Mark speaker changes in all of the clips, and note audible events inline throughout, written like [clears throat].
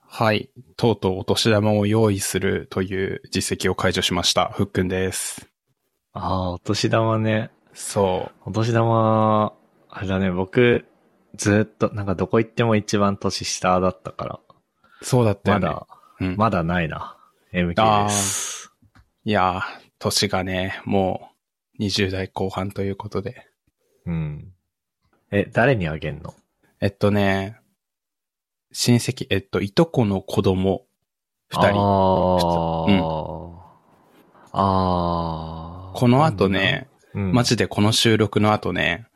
Speaker 1: はい。とうとうお年玉を用意するという実績を解除しました。ふっくんです。
Speaker 2: ああ、お年玉ね。。
Speaker 1: そう
Speaker 2: お年玉、あれだね、僕、ずっと、なんかどこ行っても一番年下だったから。
Speaker 1: そうだったよ
Speaker 2: ね。まだ、うん、まだないな。MK です。
Speaker 1: いやー、年がね、もう20代後半ということで。
Speaker 2: うん。え、誰にあげんの
Speaker 1: えっとね、親戚、えっと、いとこの子供、二人。
Speaker 2: ああ、うん。
Speaker 1: あ。
Speaker 2: あ
Speaker 1: この後ね、うん、マジでこの収録の後ね、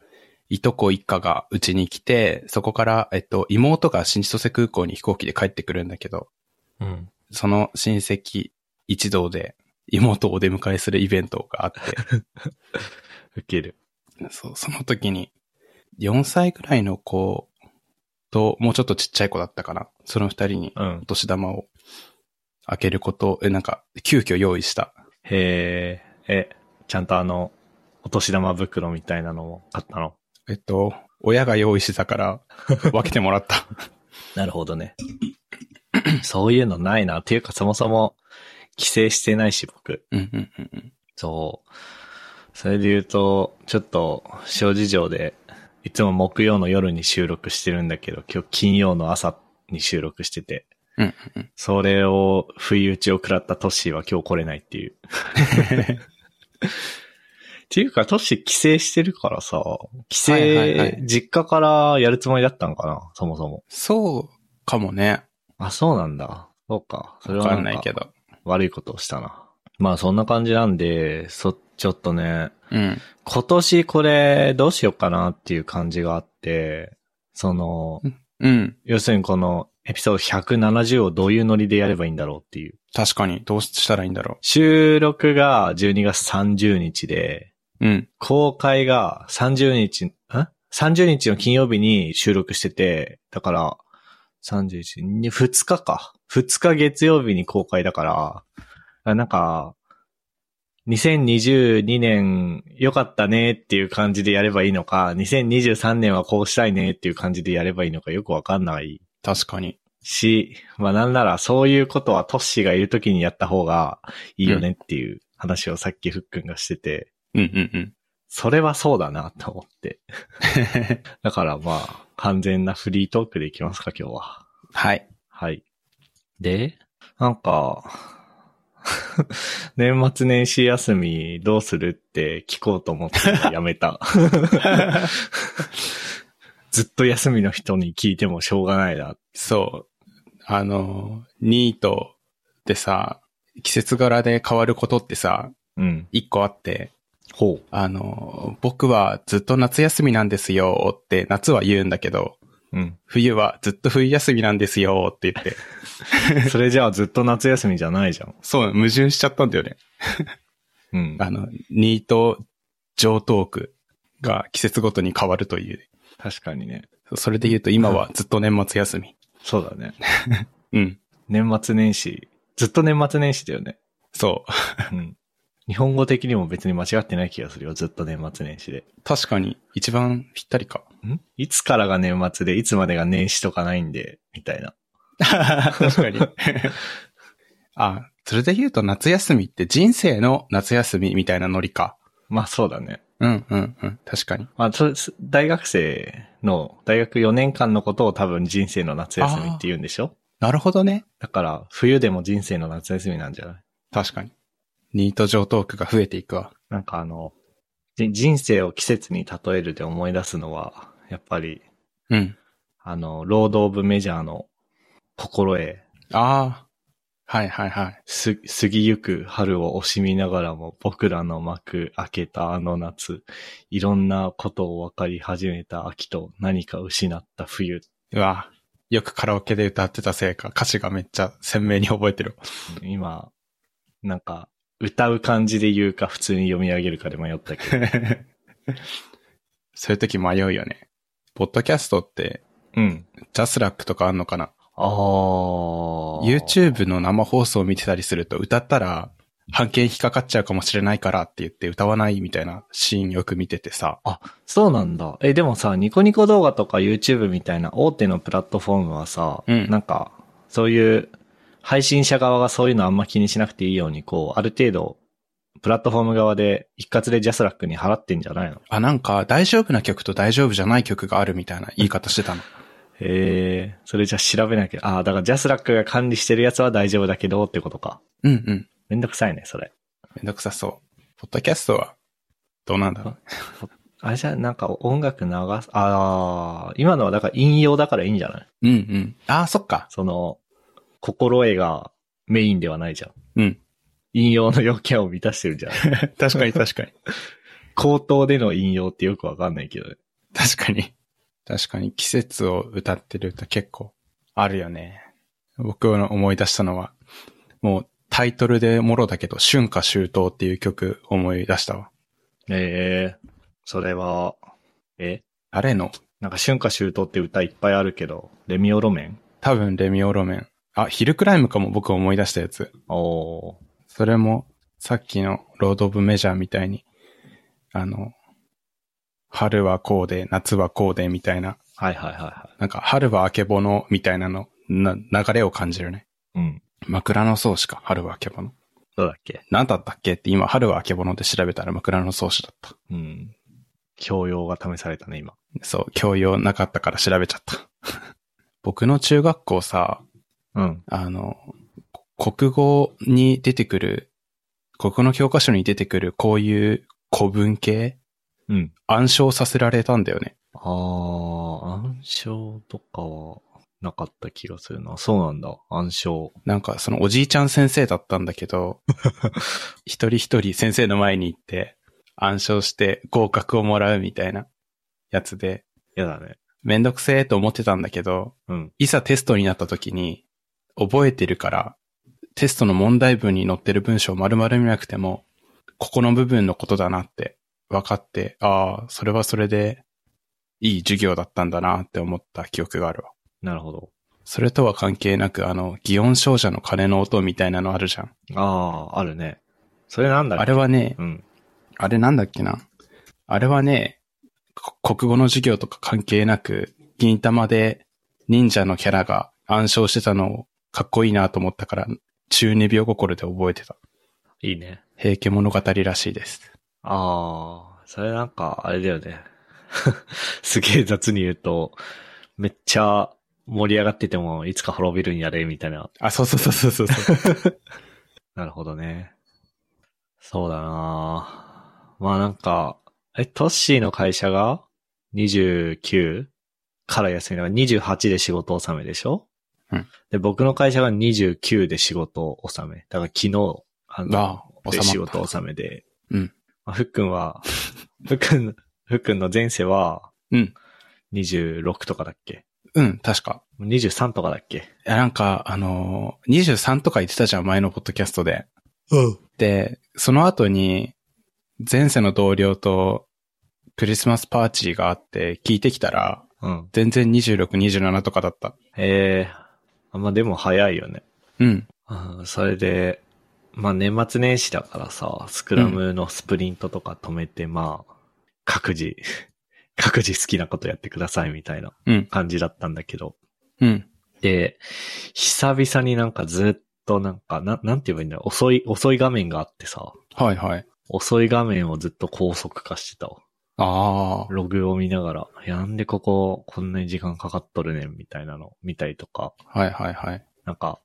Speaker 1: いとこ一家がうちに来て、そこから、えっと、妹が新千歳空港に飛行機で帰ってくるんだけど、
Speaker 2: うん、
Speaker 1: その親戚一同で妹をお出迎えするイベントがあって。
Speaker 2: ウケる。
Speaker 1: そう、その時に、4歳ぐらいの子と、もうちょっとちっちゃい子だったかな。その二人に、お年玉を開けることを、え、うん、なんか、急遽用意した。
Speaker 2: へえ、え、ちゃんとあの、お年玉袋みたいなのも買ったの
Speaker 1: えっと、親が用意してたから、分けてもらった。
Speaker 2: なるほどね。 [clears throat] そういうのないな。っていうか、そもそも、帰省してないし、僕。
Speaker 1: うんうんうんうん、
Speaker 2: そう。それで言うと、ちょっと、小事情で、いつも木曜の夜に収録してるんだけど、今日金曜の朝に収録してて。
Speaker 1: うんうん、
Speaker 2: それを、不意打ちを食らったトッシーは今日来れないっていう。っていうか、都市帰省してるからさ、帰省、はいはいはい、実家からやるつもりだったんかな、そもそも。
Speaker 1: そうかもね。
Speaker 2: あ、そうなんだ。そうか。
Speaker 1: それはわかんないけど。
Speaker 2: 悪いことをしたな。まあそんな感じなんで、そ、ちょっと
Speaker 1: ね、うん、
Speaker 2: 今年これどうしようかなっていう感じがあって、その、
Speaker 1: うん。
Speaker 2: 要するにこのエピソード170をどういうノリでやればいいんだろうっていう。
Speaker 1: 確かに、どうしたらいいんだろう。
Speaker 2: 収録が12月30日で、
Speaker 1: うん、
Speaker 2: 公開が30日、ん ?30 日の金曜日に収録してて、だから、31、2日か。2日月曜日に公開だから、なんか、2022年良かったねっていう感じでやればいいのか、2023年はこうしたいねっていう感じでやればいいのかよくわかんない。
Speaker 1: 確かに。
Speaker 2: し、まあなんならそういうことはトッシーがいる時にやった方がいいよねっていう話をさっきふっくんがしてて。
Speaker 1: うんうんうん。
Speaker 2: それはそうだなと思って。 [laughs] だからまあ、完全なフリートークでいきますか、今日は。
Speaker 1: はい。
Speaker 2: はい。で、なんか、 [laughs] 年末年始休みどうするって聞こうと思ってやめ [laughs] た。ずっと休みの人に聞いてもしょうがないな。
Speaker 1: そう。あの、ニートでさ、季節柄で変わることってさ、
Speaker 2: うん。
Speaker 1: 一個あって、
Speaker 2: ほう。
Speaker 1: あの、僕はずっと夏休みなんですよって夏は言うんだけど、
Speaker 2: うん、。
Speaker 1: 冬はずっと冬休みなんですよって言って
Speaker 2: それじゃあずっと夏休みじゃないじゃん。
Speaker 1: そう、矛盾しちゃったんだよね。
Speaker 2: うん。
Speaker 1: あの、ニート上等区が季節ごとに変わるという。
Speaker 2: 確かにね。
Speaker 1: それで言うと今はずっと年末休み。
Speaker 2: そうだね。
Speaker 1: うん。
Speaker 2: 年末年始。ずっと年末年始だよね。。
Speaker 1: そう
Speaker 2: うん。日本語的にも別に間違ってない気がするよ。ずっと年末年始で。
Speaker 1: 確かに、一番ぴったりか。
Speaker 2: んいつからが年末で、いつまでが年始とかないんで、みたいな。
Speaker 1: 確かに。あ、それで言うと夏休みって人生の夏休みみたいなノリか。
Speaker 2: [laughs] まあそうだね。
Speaker 1: うんうんうん。確かに。
Speaker 2: まあ、大学生の、大学4年間のことを多分人生の夏休みって言うんでしょ
Speaker 1: なるほどね。
Speaker 2: だから、冬でも人生の夏休みなんじゃない
Speaker 1: 確かに。ニート上トークが増えていくわ。
Speaker 2: なんかあの、人生を季節に例えるで思い出すのは、やっぱり、
Speaker 1: うん。
Speaker 2: あの、ロード・オブ・メジャーの心得。
Speaker 1: ああ。はいはいはい。
Speaker 2: す、過ぎゆく春を惜しみながらも、僕らの幕開けたあの夏、いろんなことを分かり始めた秋と何か失った冬。
Speaker 1: うわ。よくカラオケで歌ってたせいか、歌詞がめっちゃ鮮明に覚えてる。
Speaker 2: 今、なんか、歌う感じで言うか普通に読み上げるかで迷ったけど。
Speaker 1: [laughs] そういう時迷うよね。ポッドキャストって、
Speaker 2: うん。
Speaker 1: ジャスラックとかあんのかな
Speaker 2: ああ。
Speaker 1: YouTube の生放送を見てたりすると歌ったら、判件引っかかっちゃうかもしれないからって言って歌わないみたいなシーンよく見ててさ。
Speaker 2: あ、そうなんだ。え、でもさ、ニコニコ動画とか YouTube みたいな大手のプラットフォームはさ、
Speaker 1: うん、
Speaker 2: なんか、そういう、配信者側がそういうのあんま気にしなくていいように、こう、ある程度、プラットフォーム側で一括でジャスラックに払ってんじゃないの
Speaker 1: あ、なんか、大丈夫な曲と大丈夫じゃない曲があるみたいな言い方してたの。
Speaker 2: へえ、それじゃ調べなきゃ。ああ、だからジャスラックが管理してるやつは大丈夫だけどってことか。
Speaker 1: うんうん。
Speaker 2: めんどくさいね、それ。
Speaker 1: めんどくさそう。ポッドキャストは、どうなんだろう。
Speaker 2: あれじゃ、なんか音楽流す、ああ、今のはだから引用だからいいんじゃない
Speaker 1: [laughs] うんうん。ああ、そっか。
Speaker 2: その、心得がメインではないじゃん。
Speaker 1: うん。
Speaker 2: 引用の要件を満たして [laughs] るじゃん。
Speaker 1: 確かに確かに。
Speaker 2: 口頭での引用ってよくわかんないけどね。
Speaker 1: [laughs] 確かに。確かに季節を歌ってる歌結構あるよね。僕の思い出したのは、もうタイトルでもろだけど、春夏秋冬っていう曲思い出したわ。
Speaker 2: ええそれは、え
Speaker 1: 誰の
Speaker 2: なんか春夏秋冬って歌いっぱいあるけど、レミオロメン
Speaker 1: 多分レミオロメン。あ、ヒルクライムかも僕思い出したやつ。
Speaker 2: おー。
Speaker 1: それもさっきのロード・オブ・メジャーみたいに、あの、春はこうで、夏はこうでみたいな、
Speaker 2: はいはいはいは
Speaker 1: なんか春はあけぼのみたいなの、な、流れを感じるね。
Speaker 2: い。うん。
Speaker 1: 枕草子か、春はあけぼの。
Speaker 2: どうだっけ
Speaker 1: なんだったっけって今、春はあけぼので調べたら枕草子だった。
Speaker 2: うん。教養が試されたね、今。
Speaker 1: そう、教養なかったから調べちゃった。 [laughs] 僕の中学校さ、
Speaker 2: うん。
Speaker 1: あの、こ国語に出てくる、国語の教科書に出てくるこういう古文系
Speaker 2: うん。
Speaker 1: 暗唱させられたんだよね。
Speaker 2: あー、暗証とかはなかった気がするな。そうなんだ。暗証。
Speaker 1: なんかそのおじいちゃん先生だったんだけど、 [laughs] 一人一人先生の前に行って暗唱して合格をもらうみたいなやつで、
Speaker 2: やだね。
Speaker 1: めんどくせえと思ってたんだけど、
Speaker 2: うん。
Speaker 1: いざテストになった時に、覚えてるから、テストの問題文に載ってる文章を丸々見なくても、ここの部分のことだなって分かって、ああ、それはそれでいい授業だったんだなって思った記憶があるわ。
Speaker 2: なるほど。
Speaker 1: それとは関係なく、あの、祇園少女の鐘の音みたいなのあるじゃん。
Speaker 2: あー、あるね。それなんだっけ
Speaker 1: あれはね、
Speaker 2: うん。
Speaker 1: あれなんだっけな。あれはね、こ国語の授業とか関係なく、銀玉で忍者のキャラが暗唱してたのをかっこいいなと思ったから、中二病心で覚えてた。
Speaker 2: いいね。
Speaker 1: 平家物語らしいです。
Speaker 2: ああ、それなんか、あれだよね。 [laughs] すげえ雑に言うと、めっちゃ盛り上がってても、いつか滅びるんやれ、みたいな。
Speaker 1: あ、そうそうそうそう
Speaker 2: [laughs]
Speaker 1: そう。
Speaker 2: なるほどね。そうだなまあなんか、え、トッシーの会社が 29? から休みだから28で仕事納めでしょ
Speaker 1: うん。
Speaker 2: で、僕の会社が29で仕事納め。だから昨日、あの
Speaker 1: ああ、
Speaker 2: で
Speaker 1: 収
Speaker 2: 仕
Speaker 1: まった
Speaker 2: 事。納めで。
Speaker 1: うん。
Speaker 2: まあ、ふっく
Speaker 1: [laughs]
Speaker 2: んは、ふっくん、ふっくんの前世は
Speaker 1: うん。
Speaker 2: 26とかだっけ
Speaker 1: うん、確か。
Speaker 2: ?23 とかだっけ
Speaker 1: いや、なんか、あのー、23とか言ってたじゃん、前のポッドキャストで。
Speaker 2: うん。
Speaker 1: で、その後に、前世の同僚とクリスマスパーティーがあって聞いてきたら、
Speaker 2: うん。
Speaker 1: 全然26、27とかだった。
Speaker 2: ええあまあでも早いよね。
Speaker 1: うん。
Speaker 2: うんそれで、まあ年末年始だからさ、スクラムのスプリントとか止めて、まあ、各自、 [laughs] 各自好きなことやってくださいみたいな
Speaker 1: うん。
Speaker 2: 感じだったんだけど。
Speaker 1: うん。
Speaker 2: で、久々になんかずっとなんか、ななんて言えばいいんだろう、遅い、遅い画面があってさ、
Speaker 1: はいはい。
Speaker 2: 遅い画面をずっと高速化してたわ。
Speaker 1: ああ。
Speaker 2: ログを見ながら、いやなんでここ、こんなに時間かかっとるねん、みたいなの、見たりとか、
Speaker 1: はいはいはい。
Speaker 2: なんか、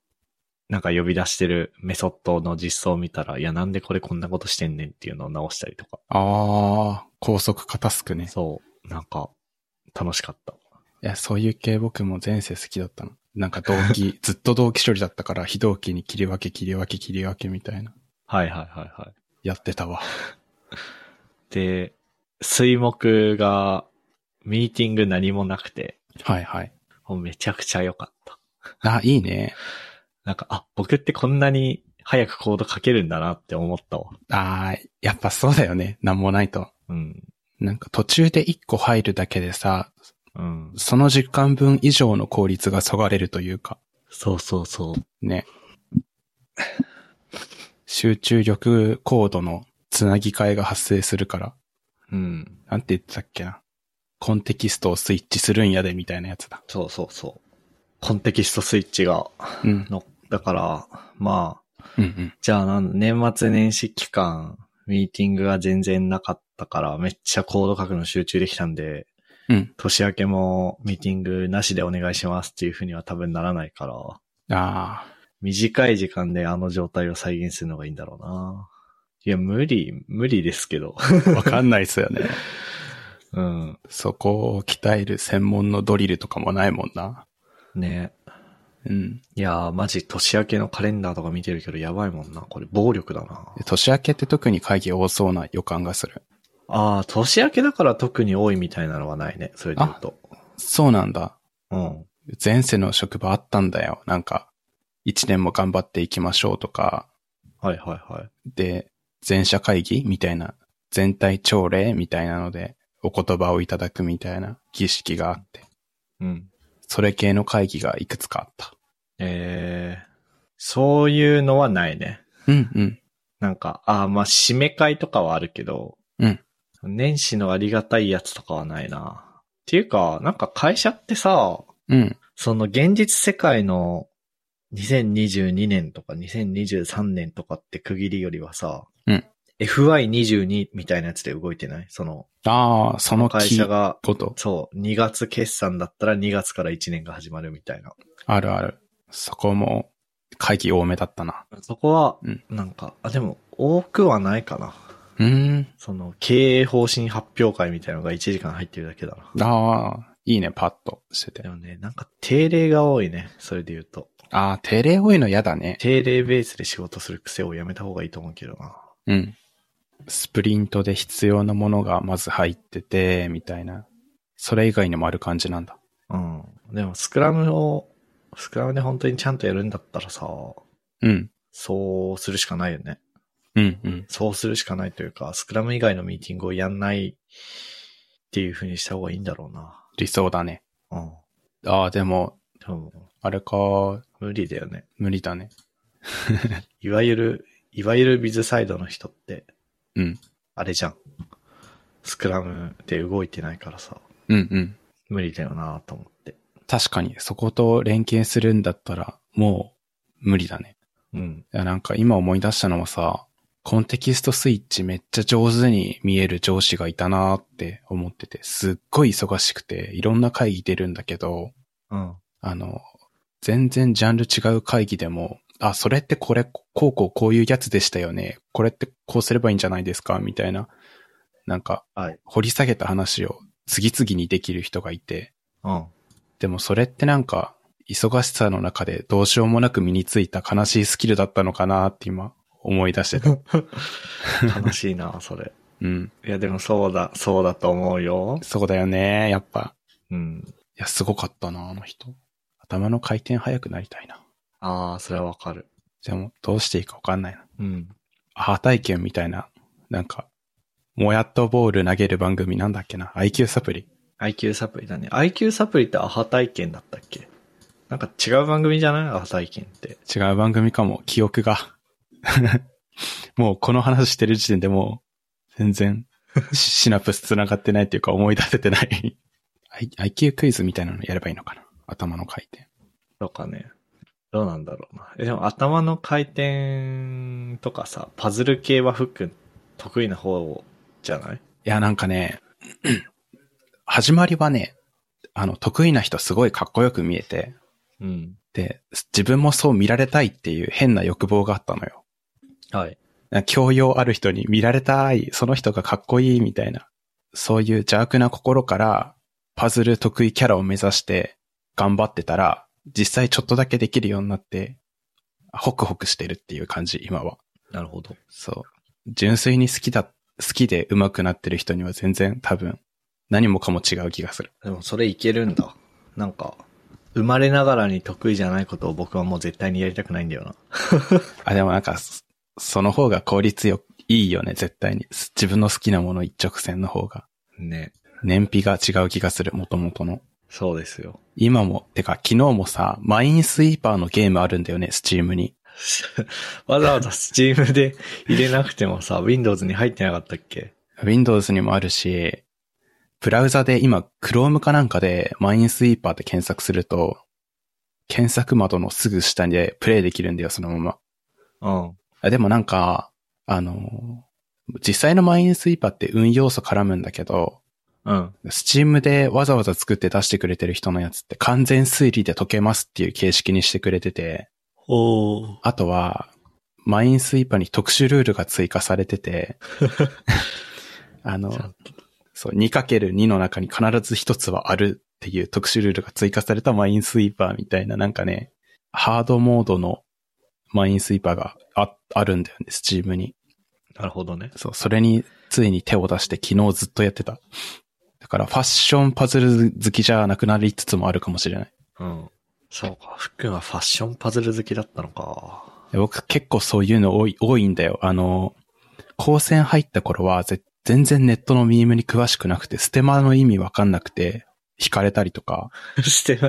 Speaker 2: なんか呼び出してるメソッドの実装を見たら、いや、なんでこれこんなことしてんねんっていうのを直したりとか。
Speaker 1: ああ。高速化タスクね。
Speaker 2: そう、なんか、楽しかった。
Speaker 1: いや、そういう系僕も前世好きだったの。なんか動機、ずっと動機処理だったから、非同期に切り分け切り分け切り分けみたいな。
Speaker 2: はいはいはいはい。
Speaker 1: やってたわ。
Speaker 2: で、水木が、ミーティング何もなくて、
Speaker 1: はいはい。
Speaker 2: もうめちゃくちゃ良かった。
Speaker 1: あ、いいね。
Speaker 2: なんか、あ、僕ってこんなに早くコード書けるんだなって思ったわ。
Speaker 1: ああ、やっぱそうだよね。なんもないと。
Speaker 2: うん。
Speaker 1: なんか途中で一個入るだけでさ、
Speaker 2: うん。
Speaker 1: その時間分以上の効率がそがれるというか。
Speaker 2: そうそうそう。
Speaker 1: ね。集中力コードのつなぎ替えが発生するから、
Speaker 2: うん。
Speaker 1: なんて言ってたっけな。コンテキストをスイッチするんやで、みたいなやつだ。
Speaker 2: そうそうそう。コンテキストスイッチが、
Speaker 1: うん。
Speaker 2: の、だから、まあ、
Speaker 1: うんうん。
Speaker 2: じゃあなん、年末年始期間、ミーティングが全然なかったから、めっちゃコード書くの集中できたんで、
Speaker 1: うん。
Speaker 2: 年明けもミーティングなしでお願いしますっていうふうには多分ならないから、
Speaker 1: ああ。
Speaker 2: 短い時間であの状態を再現するのがいいんだろうな。いや、無理、無理ですけど。 [laughs]
Speaker 1: わかんないっすよね。
Speaker 2: うん。
Speaker 1: そこを鍛える専門のドリルとかもないもんな。
Speaker 2: ね。
Speaker 1: うん。
Speaker 2: いやー、マジ年明けのカレンダーとか見てるけどやばいもんな。これ暴力だな。
Speaker 1: 年明けって特に会議多そうな予感がする。
Speaker 2: ああ、年明けだから特に多いみたいなのはないね。それで言うと。
Speaker 1: そうなんだ。
Speaker 2: うん。
Speaker 1: 前世の職場あったんだよ。なんか、一年も頑張っていきましょうとか、
Speaker 2: はいはいはい。
Speaker 1: で、全社会議みたいな、全体朝礼みたいなので、お言葉をいただくみたいな儀式があって、
Speaker 2: うん。
Speaker 1: それ系の会議がいくつかあった。
Speaker 2: えー、そういうのはないね。
Speaker 1: うんうん。
Speaker 2: なんか、ああ、まあ、締め会とかはあるけど、
Speaker 1: うん。
Speaker 2: 年始のありがたいやつとかはないな。っていうか、なんか会社ってさ、
Speaker 1: うん。
Speaker 2: その現実世界の2022年とか2023年とかって区切りよりはさ、
Speaker 1: うん。
Speaker 2: FY22 みたいなやつで動いてないその、
Speaker 1: ああ、その
Speaker 2: 会
Speaker 1: 気
Speaker 2: 社が、
Speaker 1: こと。
Speaker 2: そう、2月決算だったら2月から1年が始まるみたいな。
Speaker 1: あるある。そこも、会議多めだったな。
Speaker 2: そこは
Speaker 1: うん、
Speaker 2: なんか、あ、でも、多くはないかな。
Speaker 1: うーん。
Speaker 2: その、経営方針発表会みたいなのが1時間入ってるだけだな。
Speaker 1: ああ、いいね、パッとして
Speaker 2: で
Speaker 1: て。
Speaker 2: もね、なんか定例が多いね。それで言うと。
Speaker 1: ああ、テレ多いの嫌だね。
Speaker 2: 定例ベースで仕事する癖をやめた方がいいと思うけどな。
Speaker 1: うん。スプリントで必要なものがまず入ってて、みたいな。それ以外にもある感じなんだ。
Speaker 2: うん。でも、スクラムを、スクラムで本当にちゃんとやるんだったらさ、
Speaker 1: うん。
Speaker 2: そうするしかないよね。
Speaker 1: うん、うん。
Speaker 2: そうするしかないというか、スクラム以外のミーティングをやんないっていう風にした方がいいんだろうな。
Speaker 1: 理想だね。
Speaker 2: うん。
Speaker 1: ああ、でも、
Speaker 2: でも、
Speaker 1: あれか、
Speaker 2: 無理だよね。
Speaker 1: 無理だね。
Speaker 2: いわゆる、いわゆるビズサイドの人って、
Speaker 1: うん。
Speaker 2: あれじゃん。スクラムで動いてないからさ、
Speaker 1: うん、うん。
Speaker 2: 無理だよなと思って。
Speaker 1: 確かに、そこと連携するんだったら、もう、無理だね。
Speaker 2: うん。
Speaker 1: いや、なんか今思い出したのはさ、コンテキストスイッチめっちゃ上手に見える上司がいたなーって思ってて、すっごい忙しくて、いろんな会議出るんだけど、
Speaker 2: うん。
Speaker 1: あの、全然ジャンル違う会議でも、あ、それってこれ、こうこうこういうやつでしたよね。これってこうすればいいんじゃないですかみたいな、なんか
Speaker 2: はい、
Speaker 1: 掘り下げた話を次々にできる人がいて、
Speaker 2: うん。
Speaker 1: でもそれってなんか、忙しさの中でどうしようもなく身についた悲しいスキルだったのかなって今思い出してた。
Speaker 2: 悲しいな [laughs] それ。
Speaker 1: うん。
Speaker 2: いや、でもそうだ、そうだと思うよ。
Speaker 1: そうだよね。やっぱ。
Speaker 2: うん。
Speaker 1: いや、すごかったな、あの人。頭の回転速くなりたいな。
Speaker 2: ああ、それはわかる。
Speaker 1: でも、どうしていいかわかんないな。
Speaker 2: うん。
Speaker 1: アハ体験みたいな、なんか、もやっとボール投げる番組なんだっけな ?IQ サプリ。
Speaker 2: IQ サプリだね。IQ サプリってアハ体験だったっけなんか違う番組じゃないアハ体験って。
Speaker 1: 違う番組かも、記憶が。 [laughs] もうこの話してる時点でもう、全然、シシナプス繋がってないっていうか思い出せてない。I- IQ クイズみたいなのやればいいのかな頭の回転。
Speaker 2: とかね。どうなんだろうな。え、でも頭の回転とかさ、パズル系はふっくん得意な方じゃない
Speaker 1: いや、なんかね、 [clears throat] 始まりはね、あの、得意な人すごいかっこよく見えて、
Speaker 2: うん。
Speaker 1: で、自分もそう見られたいっていう変な欲望があったのよ。
Speaker 2: はい。
Speaker 1: 教養ある人に見られたい、その人がかっこいいみたいな、そういう邪悪な心からパズル得意キャラを目指して頑張ってたら、実際ちょっとだけできるようになって、ホクホクしてるっていう感じ、今は。
Speaker 2: なるほど。
Speaker 1: そう。純粋に好きだ、好きで上手くなってる人には全然多分何もかも違う気がする。
Speaker 2: でもそれいけるんだ。なんか、生まれながらに得意じゃないことを僕はもう絶対にやりたくないんだよな。
Speaker 1: あ、でもなんか、そその方が効率よ、いいよね、絶対に。自分の好きなもの一直線の方が。
Speaker 2: ね。
Speaker 1: 燃費が違う気がする、元々の。
Speaker 2: そうですよ。
Speaker 1: 今も、てか昨日もさ、マインスイーパーのゲームあるんだよね、スチームに。
Speaker 2: わざわざ Steam で入れなくてもさ、Windows に入ってなかったっけ
Speaker 1: Windows にもあるし、ブラウザで今、Chrome かなんかでマインスイーパーって検索すると、検索窓のすぐ下でプレイできるんだよ、そのまま。
Speaker 2: うん。
Speaker 1: あでもなんか、あの、実際のマインスイーパーって運要素絡むんだけど、
Speaker 2: うん。
Speaker 1: スチームでわざわざ作って出してくれてる人のやつって完全推理で解けますっていう形式にしてくれてて、
Speaker 2: おー。
Speaker 1: あとは、マインスイーパーに特殊ルールが追加されて
Speaker 2: [laughs]
Speaker 1: て、あの
Speaker 2: ちゃん、
Speaker 1: そう、2×2 の中に必ず一つはあるっていう特殊ルールが追加されたマインスイーパーみたいな、なんかね、ハードモードのマインスイーパーがあ、あるんだよね、スチームに。
Speaker 2: なるほどね。
Speaker 1: そう、それについに手を出して昨日ずっとやってた。だからファッションパズル好きじゃなくなりつつもあるかもしれない。
Speaker 2: うん。そうか。ふっくんはファッションパズル好きだったのか。
Speaker 1: で僕結構そういうの多い、多いんだよ。あの、高専入った頃はぜ全然ネットのミームに詳しくなくて、ステマの意味わかんなくて、惹かれたりとか、
Speaker 2: [laughs] して、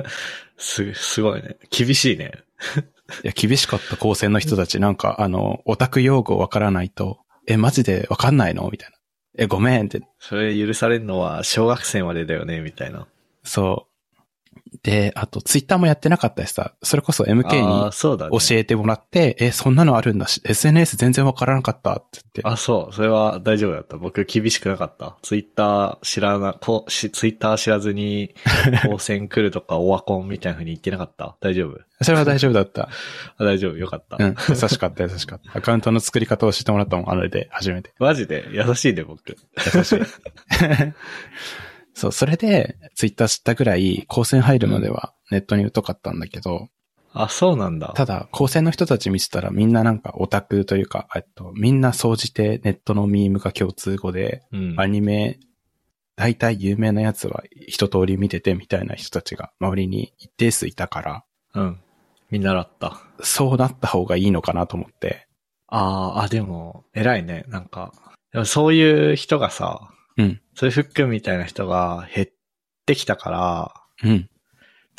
Speaker 2: す、すごいね。厳しいね。
Speaker 1: いや、厳しかった高専の人たち、なんか、あの、オタク用語わからないと、え、マジでわかんないのみたいな。え、ごめんって、
Speaker 2: それ許されるのは小学生までだよね、みたいな。
Speaker 1: そう。で、あと、ツイッターもやってなかったしさ、それこそ MK
Speaker 2: あ
Speaker 1: に
Speaker 2: ーそうだね。
Speaker 1: 教えてもらって、え、そんなのあるんだし、SNS 全然わからなかったって言って、
Speaker 2: あ、そう。それは大丈夫だった。僕厳しくなかった。ツイッター知らな、こう、しツイッター知らず
Speaker 1: [laughs]
Speaker 2: に、高専来るとか、オワコンみたいな風に言ってなかった。大丈夫
Speaker 1: それは大丈夫だった。
Speaker 2: あ大丈夫。よかった。
Speaker 1: うん、優しかった、優しかった。アカウントの作り方を教えてもらったもん、あれで、初めて。
Speaker 2: マジで優しいね、僕。
Speaker 1: 優しい。そう、それで、ツイッター知ったぐらい、高専入るまではネットに疎かったんだけど、
Speaker 2: あ、そうなんだ。
Speaker 1: ただ、高専の人たち見てたらみんななんかオタクというか、えっと、みんな総じてネットのミームが共通語で、
Speaker 2: うん。
Speaker 1: アニメ、大体有名なやつは一通り見ててみたいな人たちが周りに一定数いたから、
Speaker 2: うん。見習った。
Speaker 1: そうなった方がいいのかなと思って。
Speaker 2: あーあ、でも、偉いね。なんか、でもそういう人がさ、
Speaker 1: うん。
Speaker 2: そういうフックみたいな人が減ってきたから、
Speaker 1: うん。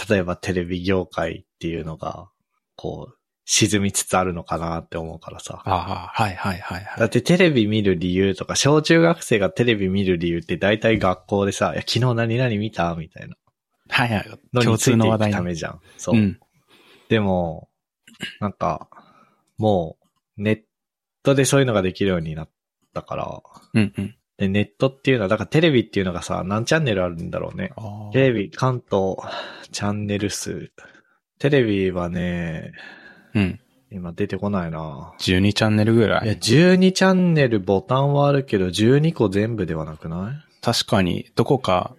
Speaker 2: 例えばテレビ業界っていうのが、こう、沈みつつあるのかなって思うからさ。
Speaker 1: ああ、はいはいはいは。
Speaker 2: だってテレビ見る理由とか、小中学生がテレビ見る理由って大体学校でさ、いや、昨日何々見たみたいない
Speaker 1: はいはい。
Speaker 2: の
Speaker 1: 共
Speaker 2: につ
Speaker 1: 通
Speaker 2: いて
Speaker 1: の
Speaker 2: い
Speaker 1: 話
Speaker 2: く
Speaker 1: 題
Speaker 2: た
Speaker 1: に。
Speaker 2: めじゃん。そう。
Speaker 1: うん。
Speaker 2: でも、なんか、もう、ネットでそういうのができるようになったから、
Speaker 1: うんうん。
Speaker 2: で、ネットっていうのは、だからテレビっていうのがさ、何チャンネルあるんだろうね。
Speaker 1: あ
Speaker 2: テレビ、関東、チャンネル数。テレビはね、
Speaker 1: うん。
Speaker 2: 今出てこないな。
Speaker 1: 12チャンネルぐら
Speaker 2: いや、
Speaker 1: い。
Speaker 2: 12チャンネルボタンはあるけど、12個全部ではなくない
Speaker 1: 確かに、どこか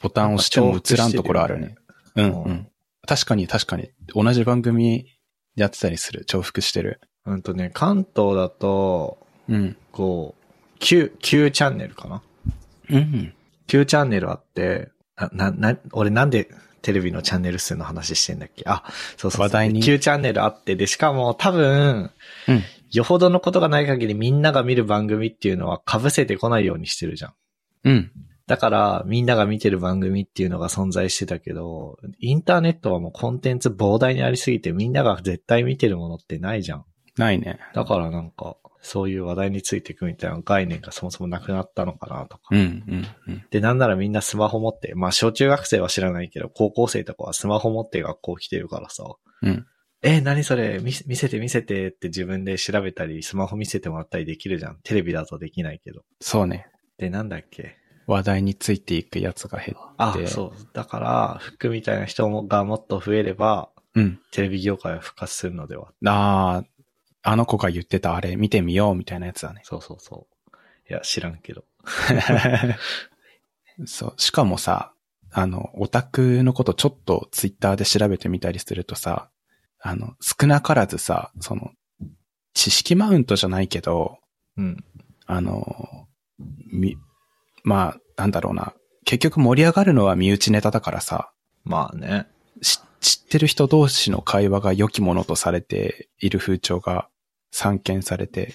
Speaker 1: ボタンを押しても映らんところあるね。。うんん、
Speaker 2: う
Speaker 1: うんん。確かに確かに。同じ番組やってたりする。重複してる。
Speaker 2: うんとね、関東だと、
Speaker 1: うん。
Speaker 2: こう、9、9チャンネルかな
Speaker 1: うん。
Speaker 2: ?9 チャンネルあって、あな、な、俺なんでテレビのチャンネル数の話してんだっけあ、そうそうそう
Speaker 1: 話題に
Speaker 2: 9チャンネルあって、で、しかも多分、
Speaker 1: うん。
Speaker 2: よほどのことがない限りみんなが見る番組っていうのは被せてこないようにしてるじゃん。
Speaker 1: うん。
Speaker 2: だから、みんなが見てる番組っていうのが存在してたけど、インターネットはもうコンテンツ膨大にありすぎて、みんなが絶対見てるものってないじゃん。
Speaker 1: ないね。
Speaker 2: だからなんか、そういう話題についていくみたいな概念がそもそもなくなったのかなとか。
Speaker 1: うん。うん。うん。
Speaker 2: で、なんならみんなスマホ持って、まあ小中学生は知らないけど、高校生とかはスマホ持って学校来てるからさ。
Speaker 1: うん。
Speaker 2: え、何それ見せ見せて見せてって自分で調べたり、スマホ見せてもらったりできるじゃん。テレビだとできないけど。
Speaker 1: そうね。
Speaker 2: で、なんだっけ
Speaker 1: 話題についていくやつが減
Speaker 2: あ
Speaker 1: っ、て。
Speaker 2: そう。だから、服みたいな人もがもっと増えれば、
Speaker 1: う。うん。
Speaker 2: テレビ業界は復活するのでは。
Speaker 1: ああ、あの子が言ってたあれ見てみようみたいなやつだね。
Speaker 2: そうそうそう。いや、知らんけど。
Speaker 1: [laughs] そう。しかもさ、あの、オタクのことちょっとツイッターで調べてみたりするとさ、あの、少なからずさ、その、知識マウントじゃないけど、
Speaker 2: うん。
Speaker 1: あの、み、まあ、なんだろうな。結局盛り上がるのは身内ネタだからさ、
Speaker 2: まあね。
Speaker 1: し知ってる人同士の会話が良きものとされている風潮が散見されて、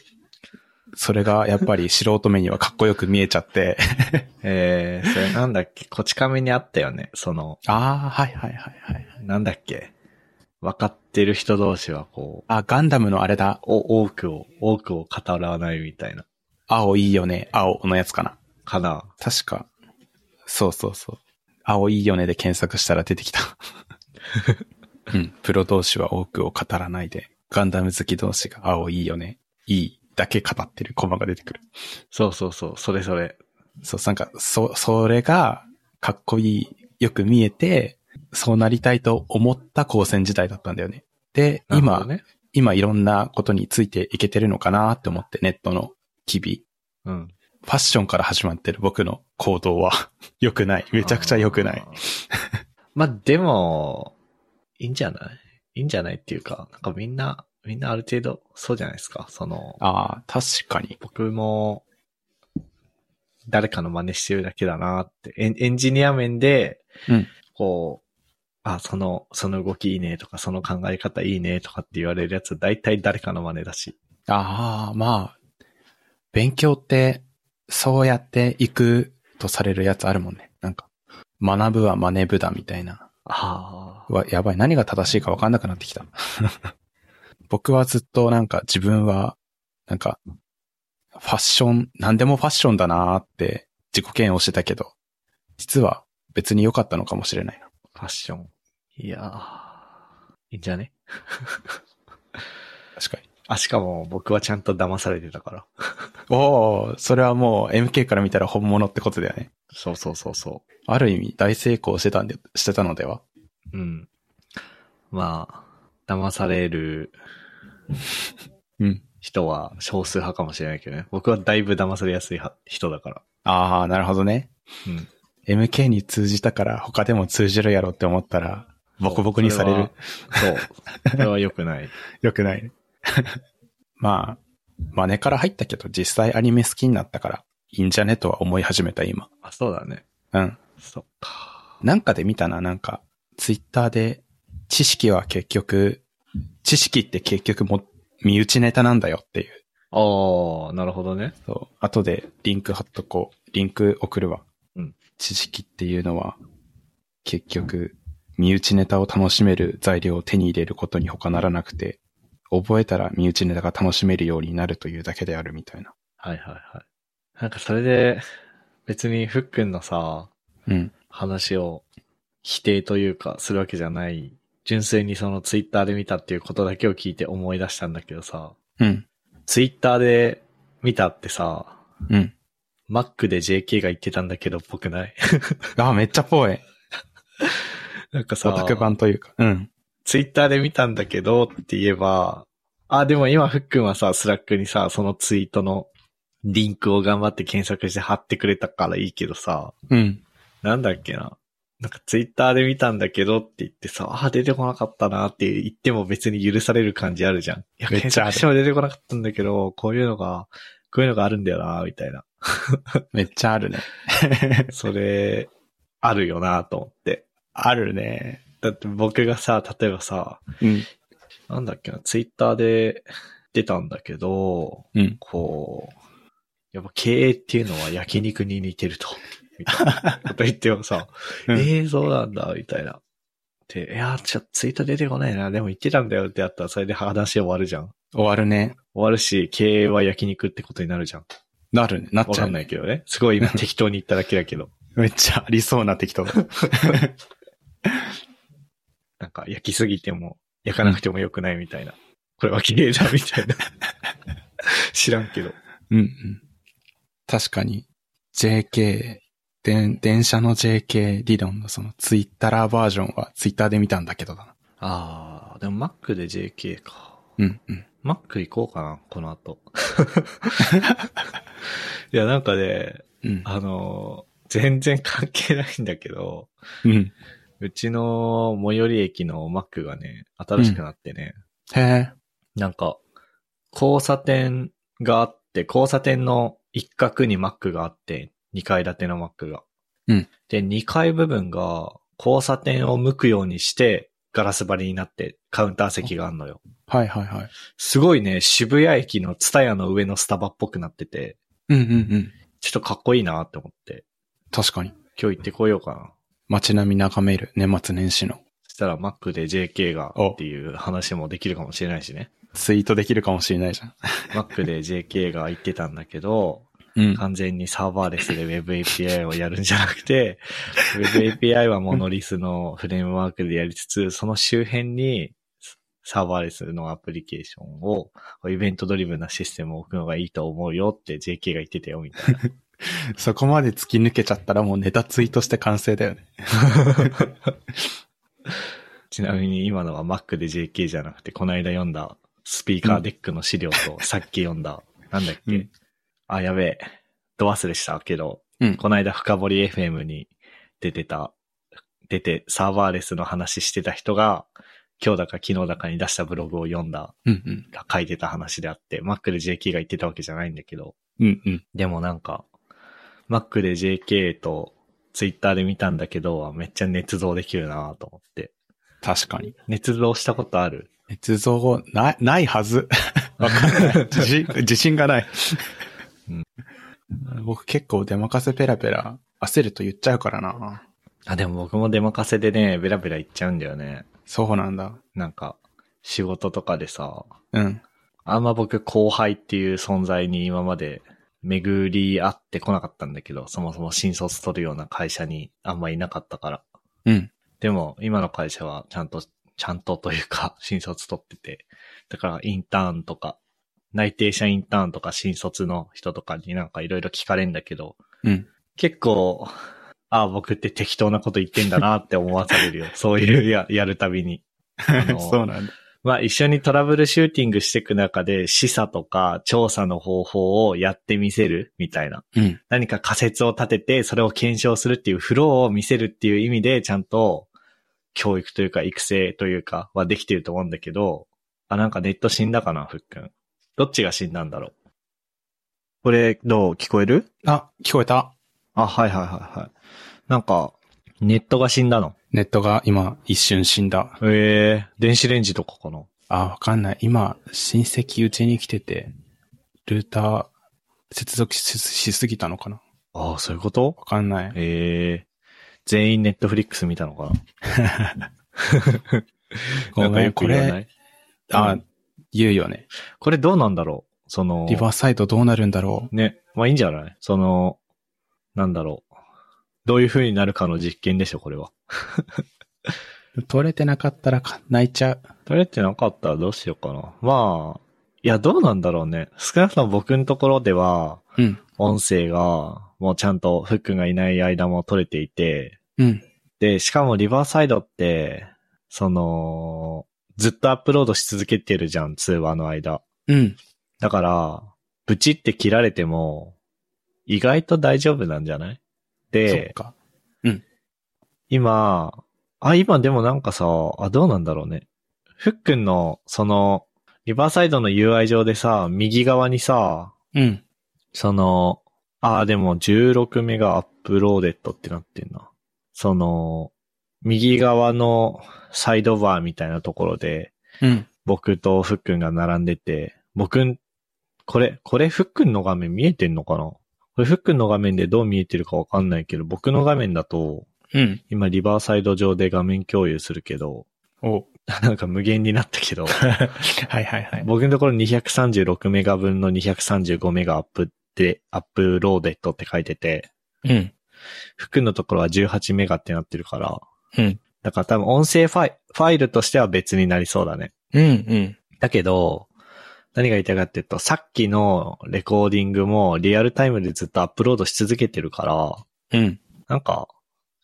Speaker 1: それがやっぱり素人目にはかっこよく見えちゃって。 [laughs]
Speaker 2: えー、それなんだっけ、 [laughs] こち亀にあったよね。その、
Speaker 1: ああ、はいはいはいはい。
Speaker 2: なんだっけ。分かってる人同士はこう、
Speaker 1: あ、ガンダムのあれだ。
Speaker 2: お、多くを、多くを語らないみたいな。
Speaker 1: 青いいよね。青のやつかな。
Speaker 2: かな。
Speaker 1: 確か。
Speaker 2: [laughs]
Speaker 1: そうそうそう。青いいよねで検索したら出てきた。うん。プロ同士は多くを語らないで、ガンダム好き同士が青いいよね。いいだけ語ってるコマが出てくる。
Speaker 2: そうそうそう、それそれ。
Speaker 1: そう、なんか、そ、それが、かっこいい、よく見えて、そうなりたいと思った高専時代だったんだよね。で、
Speaker 2: なるほ
Speaker 1: 今、
Speaker 2: どね。
Speaker 1: 今いろんなことについていけてるのかなって思って、ネットの機微。
Speaker 2: うん。
Speaker 1: ファッションから始まってる僕の行動は [laughs] 良くない。めちゃくちゃ良くない
Speaker 2: あ。ー。まあでも、いいんじゃないいいんじゃないっていうか、なんかみんな、みんなある程度、そうじゃないですか。その、
Speaker 1: ああ、確かに。
Speaker 2: 僕も、誰かの真似してるだけだなって、エンエンジニア面で、
Speaker 1: うん
Speaker 2: こう、あ、その、その動きいいねとか、その考え方いいねとかって言われるやつ、大体誰かの真似だし。
Speaker 1: ああ、まあ、勉強って、そうやっていくとされるやつあるもんね。なんか、学ぶは真似ぶだみたいな。
Speaker 2: あ
Speaker 1: うわ、やばい。何が正しいか分かんなくなってきた。 [laughs] 僕はずっとなんか自分は、なんか、ファッション、何でもファッションだなーって自己嫌悪してたけど、実は別に良かったのかもしれないな。
Speaker 2: ファッション。いやー、いいんじゃね
Speaker 1: 確かに。
Speaker 2: あ、しかも僕はちゃんと騙されてたから。
Speaker 1: おー、それはもう MK から見たら本物ってことだよね。
Speaker 2: そうそうそうそ
Speaker 1: ある意味大成功してたんで、してたのでは。
Speaker 2: う。うん。まあ、騙される
Speaker 1: うん。
Speaker 2: 人は少数派かもしれないけどね。僕はだいぶ騙されやすい派人だから。
Speaker 1: あー、なるほどね。
Speaker 2: うん。
Speaker 1: MK に通じたから他でも通じるやろって思ったら、ボコボコにされる。
Speaker 2: そう。それは良くない。 [laughs]
Speaker 1: よくないね。 [laughs] まあ、真似から入ったけど、実際アニメ好きになったから、いいんじゃねとは思い始めた今。
Speaker 2: あ、そうだね。
Speaker 1: うん。
Speaker 2: そうか。
Speaker 1: なんかで見たな、なんか、ツイッターで、知識は結局、知識って結局も、身内ネタなんだよっていう。
Speaker 2: ああ、なるほどね。
Speaker 1: そう。後でリンク貼っとこう。リンク送るわ。
Speaker 2: うん。
Speaker 1: 知識っていうのは、結局、身内ネタを楽しめる材料を手に入れることに他ならなくて、覚えたら身内ネタが楽しめるようになるというだけであるみたいな。
Speaker 2: はいはいはい。なんかそれで、別にふっくんのさ、
Speaker 1: うん。
Speaker 2: 話を否定というかするわけじゃない。純粋にそのツイッターで見たっていうことだけを聞いて思い出したんだけどさ、
Speaker 1: うん。
Speaker 2: ツイッターで見たってさ、
Speaker 1: うん。
Speaker 2: マックで JK が言ってたんだけどっぽくない [laughs]
Speaker 1: あ、めっちゃぽい。
Speaker 2: なんかさ
Speaker 1: オ、タク版というか。うん。
Speaker 2: ツイッターで見たんだけどって言えば、あ、でも今ふっくんはさ、スラックにさ、そのツイートのリンクを頑張って検索して貼ってくれたからいいけどさ、
Speaker 1: うん。
Speaker 2: なんだっけな。なんかツイッターで見たんだけどって言ってさ、あ、出てこなかったなって言っても別に許される感じあるじゃん。いや、
Speaker 1: めっ
Speaker 2: 検
Speaker 1: ちゃある
Speaker 2: 索しても出てこなかったんだけど、こういうのが、こういうのがあるんだよな、み
Speaker 1: [laughs]
Speaker 2: たいな。
Speaker 1: めっちゃあるね。
Speaker 2: それ、あるよな、と思って。
Speaker 1: あるね。
Speaker 2: だって僕がさ、例えばさ、
Speaker 1: うん。
Speaker 2: なんだっけな、ツイッターで出たんだけど、
Speaker 1: うん
Speaker 2: こう、やっぱ経営っていうのは焼肉に似てると、みたいなこと言ってもさ、
Speaker 1: うん
Speaker 2: ええそうなんだ、みたいな。で、いや、ちょ、ツイート出てこないな、でも言ってたんだよってやったら、それで話終わるじゃん。
Speaker 1: 終わるね。
Speaker 2: 終わるし、経営は焼肉ってことになるじゃん。
Speaker 1: なるね。なっ
Speaker 2: わ
Speaker 1: ちゃ
Speaker 2: か
Speaker 1: うん
Speaker 2: な
Speaker 1: ね。
Speaker 2: いけどね。すごい今適当に言っただけだけど。
Speaker 1: めっちゃありそうな適当。
Speaker 2: なんか焼きすぎても、焼かなくても良くないみたいな。これは綺麗だ、みたいな。 [laughs] 知らんけど。
Speaker 1: うんうん。確かに、JK、でん電車の JK 理論のそのツイッターバージョンはツイッターで見たんだけどだな。
Speaker 2: ああ、でも Mac で JK か。
Speaker 1: うんうん。
Speaker 2: Mac 行こうかな、この後。 [laughs] いや、なんかね、
Speaker 1: うん。
Speaker 2: あのー全然関係ないんだけど、
Speaker 1: うん。
Speaker 2: うちの最寄り駅の Mac がね、新しくなってね、
Speaker 1: へえ。
Speaker 2: なんか、交差点があって、交差点の一角に Mac があって、2階建ての Mac が。
Speaker 1: うん
Speaker 2: で、2階部分が交差点を向くようにして、ガラス張りになって、カウンター席があるのよ。
Speaker 1: はいはいはい。
Speaker 2: すごいね、渋谷駅のツタヤの上のスタバっぽくなってて、
Speaker 1: うんうんうん。
Speaker 2: ちょっとかっこいいなって思って、
Speaker 1: 確かに。
Speaker 2: 今日行ってこようかな。
Speaker 1: 街並み眺める年末年始の
Speaker 2: そしたら Mac で JK が
Speaker 1: お
Speaker 2: っていう話もできるかもしれないしね。
Speaker 1: ツイートできるかもしれないじゃん。
Speaker 2: Mac で JK が言ってたんだけど、
Speaker 1: うん。
Speaker 2: 完全にサーバーレスで Web API をやるんじゃなくて、Web API はモノリスのフレームワークでやりつつ、その周辺にサーバーレスのアプリケーションを、イベントドリブンなシステムを置くのがいいと思うよって JK が言ってたよ、みたいな。
Speaker 1: そこまで突き抜けちゃったらもうネタツイートして完成だよね。
Speaker 2: ちなみに今のは Mac で JK じゃなくて、この間読んだスピーカーデックの資料と、さっき読んだ、なんだっけ、
Speaker 1: うん
Speaker 2: あ、やべえ。ド忘れしたけど、
Speaker 1: うん
Speaker 2: この間深掘り FM に出てた、出てサーバーレスの話してた人が、今日だか昨日だかに出したブログを読んだ、
Speaker 1: うんうん。
Speaker 2: が書いてた話であって、Mac で JK が言ってたわけじゃないんだけど、
Speaker 1: うんうん。
Speaker 2: でもなんか、Mac で JK と Twitter で見たんだけど、めっちゃ捏造できるなと思って。
Speaker 1: 確かに。
Speaker 2: 捏造したことある
Speaker 1: 捏造、ない、ないはず。
Speaker 2: [laughs]
Speaker 1: わかんない。自信、自信がない。
Speaker 2: うん
Speaker 1: 僕結構出まかせペラペラ焦ると言っちゃうからな。
Speaker 2: あ、でも僕も出まかせでね、ベラベラ言っちゃうんだよね。
Speaker 1: そうなんだ。
Speaker 2: なんか、仕事とかでさ、
Speaker 1: うん。
Speaker 2: あんま僕後輩っていう存在に今まで巡り合ってこなかったんだけど、そもそも新卒取るような会社にあんまいなかったから。
Speaker 1: うん。
Speaker 2: でも、今の会社はちゃんと、ちゃんとというか、 [laughs] 新卒取ってて、だからインターンとか、内定者インターンとか新卒の人とかになんかいろいろ聞かれんだけど、
Speaker 1: うん。
Speaker 2: 結構、ああ、僕って適当なこと言ってんだなって思わされる [laughs] よ。そういうや、やるたびに。 [laughs]
Speaker 1: [laughs]
Speaker 2: の
Speaker 1: そうなんだ。
Speaker 2: まあ一緒にトラブルシューティングしていく中で示唆とか調査の方法をやってみせるみたいな。
Speaker 1: うん。
Speaker 2: 何か仮説を立ててそれを検証するっていうフローを見せるっていう意味でちゃんと教育というか育成というかはできてると思うんだけど、あ、なんかネット死んだかな、ふっくん。どっちが死んだんだろう。これどう聞こえる
Speaker 1: あ、聞こえた。
Speaker 2: あ、はいはいはいはい。なんか、ネットが死んだの。
Speaker 1: ネットが今一瞬死んだ。
Speaker 2: ええ電子レンジとかかな。
Speaker 1: あ、わかんない。今、親戚うちに来てて、ルーター接続ししすぎたのかな
Speaker 2: ああ、そういうこと
Speaker 1: わかんない。
Speaker 2: ええ全員ネットフリックス見たのかな
Speaker 1: ご
Speaker 2: なんか
Speaker 1: め
Speaker 2: よ
Speaker 1: ん、こ
Speaker 2: く言わな
Speaker 1: れ、
Speaker 2: い
Speaker 1: あ
Speaker 2: うん、
Speaker 1: 言うよね。
Speaker 2: これどうなんだろうその、
Speaker 1: リバーサイドどうなるんだろう
Speaker 2: ね、まあいいんじゃないその、なんだろう。どういう風になるかの実験でしょ、これは。
Speaker 1: 取れてなかったらか泣いちゃう。
Speaker 2: 取れてなかったらどうしようかな。まあ、いや、どうなんだろうね。少なくとも僕のところでは、
Speaker 1: うん。
Speaker 2: 音声が、もうちゃんとフックがいない間も取れていて、
Speaker 1: うん。
Speaker 2: で、しかもリバーサイドって、その、ずっとアップロードし続けてるじゃん、通話の間。
Speaker 1: うん。
Speaker 2: だから、ブチって切られても、意外と大丈夫なんじゃない
Speaker 1: そ
Speaker 2: で
Speaker 1: っ、か。
Speaker 2: 今、あ、今でもなんかさ、あ、どうなんだろうね。フックンの、その、リバーサイドの UI 上でさ、右側にさ、
Speaker 1: うん。
Speaker 2: その、あ、でも16メガアップローデットってなってんな。その、右側のサイドバーみたいなところで、
Speaker 1: うん。
Speaker 2: 僕とフックンが並んでて、僕ん、これ、これフックンの画面見えてんのかなこれフックンの画面でどう見えてるかわかんないけど、僕の画面だと、
Speaker 1: うん。
Speaker 2: 今リバーサイド上で画面共有するけど、 [laughs]
Speaker 1: お
Speaker 2: なんか無限になったけど、
Speaker 1: はいはいはい。
Speaker 2: 僕のところ236メガ分の235メガアップで、アップローデットって書いてて、
Speaker 1: うん。
Speaker 2: 服のところは18メガってなってるから、
Speaker 1: うん。
Speaker 2: だから多分音声ファイファイルとしては別になりそうだね。
Speaker 1: うん。うん。
Speaker 2: だけど、何が言いたいかっていうと、さっきのレコーディングもリアルタイムでずっとアップロードし続けてるから、
Speaker 1: うん。
Speaker 2: なんか、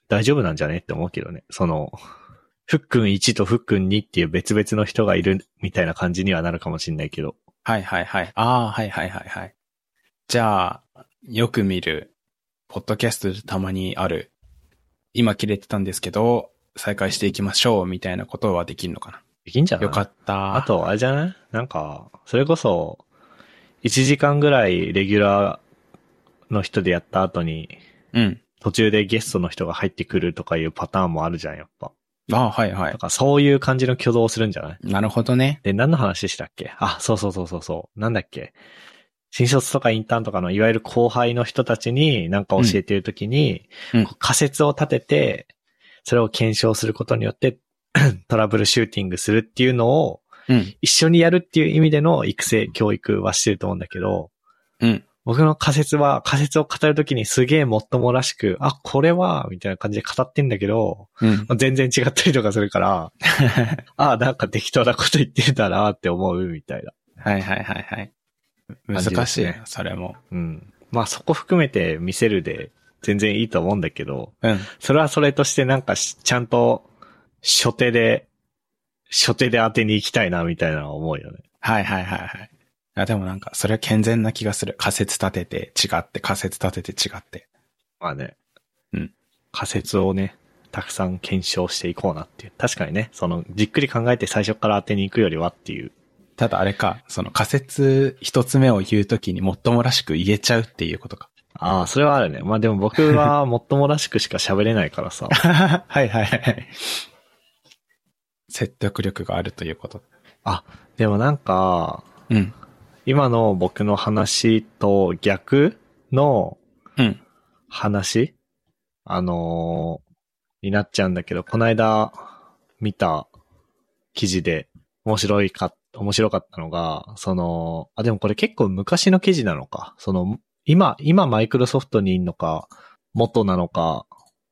Speaker 2: 大丈夫なんじゃねって思うけどね。その、フックン1とフックン2っていう別々の人がいるみたいな感じにはなるかもしんないけど。
Speaker 1: はいはいはい。ああ、はいはいはいはい。じゃあ、よく見る、ポッドキャストでたまにある、今切れてたんですけど、再開していきましょう、みたいなことはできるのか
Speaker 2: できんじゃ
Speaker 1: な。
Speaker 2: ない
Speaker 1: よかった。
Speaker 2: あ、と、あれじゃないなんか、それこそ、1時間ぐらいレギュラーの人でやった後に、
Speaker 1: うん。
Speaker 2: 途中でゲストの人が入ってくるとかいうパターンもあるじゃん、やっぱ。
Speaker 1: ああ、はいは
Speaker 2: だ
Speaker 1: い。
Speaker 2: からそういう感じの挙動をするんじゃない
Speaker 1: なるほどね。
Speaker 2: で、何の話したっけあ、そうそうそうそうそう。なんだっけ新卒とかインターンとかのいわゆる後輩の人たちに何か教えてるときに、
Speaker 1: うん
Speaker 2: こう仮説を立てて、それを検証することによって、 [clears throat] トラブルシューティングするっていうのを
Speaker 1: うん。
Speaker 2: 一緒にやるっていう意味での育成、教育はしてると思うんだけど、
Speaker 1: うん。
Speaker 2: 僕の仮説は、仮説を語るときにすげえもっともらしく、あ、これは、みたいな感じで語ってんだけど、
Speaker 1: うん
Speaker 2: ま。あ全然違ったりとかする [laughs] から、あ、なんか適当なこと言ってんだなって思うみたいな。
Speaker 1: はいはいはいはい。
Speaker 2: 感じですね
Speaker 1: 難しいな、それも。
Speaker 2: うん。まあそこ含めて見せるで全然いいと思うんだけど、
Speaker 1: うん。
Speaker 2: それはそれとしてなんかしちゃんと初手で、初手で当てに行きたいなみたいなのは思うよね。
Speaker 1: はいはいはいはい。あでもなんか、それは健全な気がする。仮説立てて違って、仮説立てて違って。
Speaker 2: まあね。
Speaker 1: うん。
Speaker 2: 仮説をね、たくさん検証していこうなっていう。確かにね、そのじっくり考えて最初から当てに行くよりはっていう。
Speaker 1: ただあれか、その仮説一つ目を言うときにもっともらしく言えちゃうっていうことか。
Speaker 2: ああ、それはあるね。まあでも僕 [laughs] はもっともらしくしか喋れないからさ。
Speaker 1: [laughs] はいはいはい。説得力があるということ。
Speaker 2: でもなんか、
Speaker 1: うん。
Speaker 2: 今の僕の話と逆の
Speaker 1: うん。
Speaker 2: 話あのーになっちゃうんだけど、この間見た記事で面白いか、面白かったのが、その、あ、でもこれ結構昔の記事なのか。その、今、今マイクロソフトにいんのか、元なのか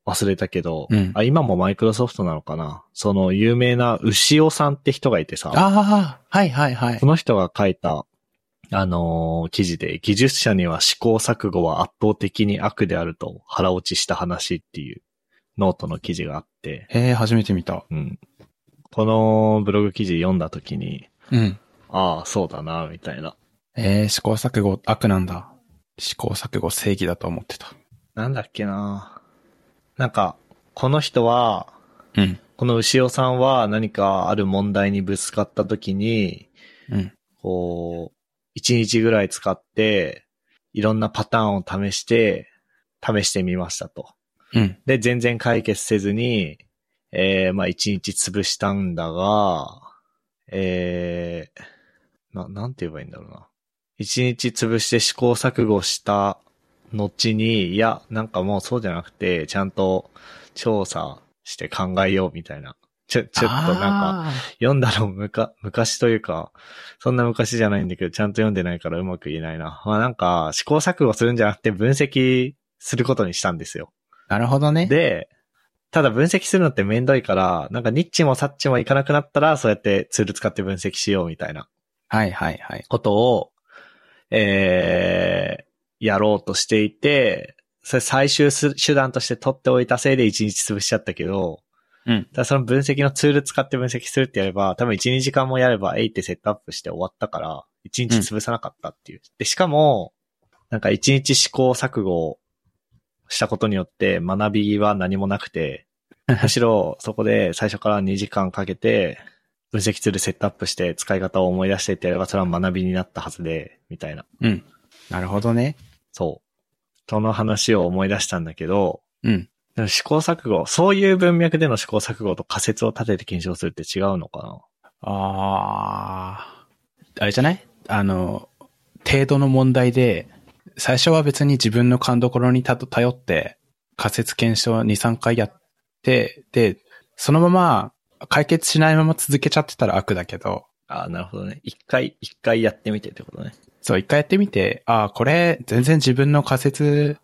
Speaker 2: 忘れたけど、
Speaker 1: うん
Speaker 2: あ、今もマイクロソフトなのかな。その有名な牛尾さんって人がいてさ。
Speaker 1: ああ、はいはいはい
Speaker 2: こ。の人が書いた、あのー記事で、技術者には試行錯誤は圧倒的に悪であると腹落ちした話っていうノートの記事があって、
Speaker 1: えー、初めて見た。
Speaker 2: うん。このブログ記事読んだ時に、
Speaker 1: うん。
Speaker 2: ああ、そうだな、みたいな。
Speaker 1: えー、試行錯誤悪なんだ。試行錯誤正義だと思ってた。
Speaker 2: なんだっけななんか、この人は、
Speaker 1: うん。
Speaker 2: この牛尾さんは何かある問題にぶつかった時に、
Speaker 1: うん。
Speaker 2: こう、一日ぐらい使って、いろんなパターンを試して、試してみましたと。
Speaker 1: うん。
Speaker 2: で、全然解決せずに、えー、まあ一日潰したんだが、えー、な、なんて言えばいいんだろうな。一日潰して試行錯誤した後に、いや、なんかもうそうじゃなくて、ちゃんと調査して考えようみたいな。ちょ、ちょっとなんか、
Speaker 1: あ
Speaker 2: 読んだのむか、 [laughs] 昔というか、そんな昔じゃないんだけど、ちゃんと読んでないからうまく言えないな。まあなんか、試行錯誤するんじゃなくて分析することにしたんですよ。
Speaker 1: ー。なるほどね。
Speaker 2: で、ただ分析するのってめんどいから、なんかニッチもサッチもいかなくなったら、そうやってツール使って分析しようみたいな
Speaker 1: はいはいはい。
Speaker 2: ことを、えー、やろうとしていて、それ最終す手段として取っておいたせいで1日潰しちゃったけど、
Speaker 1: うん。
Speaker 2: ただその分析のツール使って分析するってやれば、多分1、2時間もやれば、えいってセットアップして終わったから、1日潰さなかったっていう。で、しかも、なんか1日試行錯誤をしたことによって学びは何もなく
Speaker 1: [laughs]
Speaker 2: て、むしろそこで最初から2時間かけて、分析ツールセットアップして使い方を思い出してってやれば、それは学びになったはずで、みたいな。
Speaker 1: うん。なるほどね。
Speaker 2: そう。その話を思い出したんだけど、
Speaker 1: うん。
Speaker 2: でも試行錯誤、そういう文脈での試行錯誤と仮説を立てて検証するって違うのかな
Speaker 1: ああ。あれじゃないあの、程度の問題で、最初は別に自分の勘どころにたと頼って、仮説検証2、3回やって、で、そのまま解決しないまま続けちゃってたら悪だけど、
Speaker 2: ああ、なるほどね。一回、一回やってみてってことね。
Speaker 1: そう、一回やってみて、ああ、これ全然自分の仮説、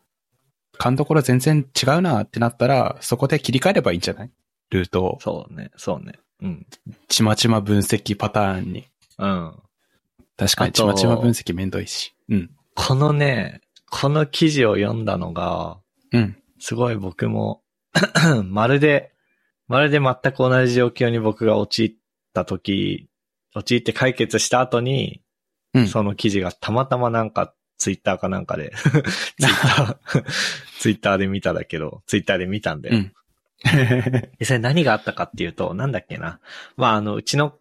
Speaker 1: 勘どころ全然違うなってなったら、そこで切り替えればいいんじゃないルートを、
Speaker 2: そうね、そうね。うん。
Speaker 1: ちまちま分析パターンに。
Speaker 2: うん。
Speaker 1: 確か
Speaker 2: あ
Speaker 1: に、ち
Speaker 2: と
Speaker 1: まちま分析めんどいし。うん。
Speaker 2: このね、この記事を読んだのが、
Speaker 1: うん。
Speaker 2: すごい僕も、 [clears throat] まるで、まるで全く同じ状況に僕が陥った時、陥って解決した後に、
Speaker 1: うん。
Speaker 2: その記事がたまたまなんか、ツイッターかなんかで、ツ [laughs] イッター、 [laughs] ツイッターで見ただけど、ツイッターで見たんだよ。
Speaker 1: うん
Speaker 2: [laughs] 実際何があったかっていうと、なんだっけな。まあ、あの、うちの、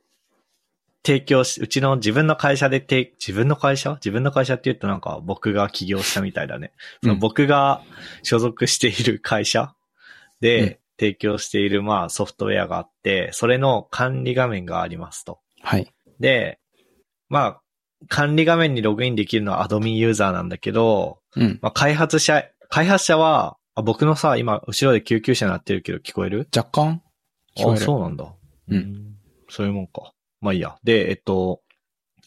Speaker 2: 提供し、うちの自分の会社で提、自分の会社自分の会社って言うとなんか僕が起業したみたいだね。その
Speaker 1: うん
Speaker 2: 僕が所属している会社で、
Speaker 1: うん
Speaker 2: 提供しているまあソフトウェアがあって、それの管理画面がありますと。
Speaker 1: はい。
Speaker 2: で、まあ、管理画面にログインできるのはアドミンユーザーなんだけど、
Speaker 1: うん。
Speaker 2: まあ、開発者、開発者は、あ僕のさ、今、後ろで救急車鳴ってるけど聞こえる
Speaker 1: 若干聞こえ
Speaker 2: あ、
Speaker 1: る。
Speaker 2: そうなんだ。
Speaker 1: うん
Speaker 2: ん。そういうもんか。まあいいや。で、えっと、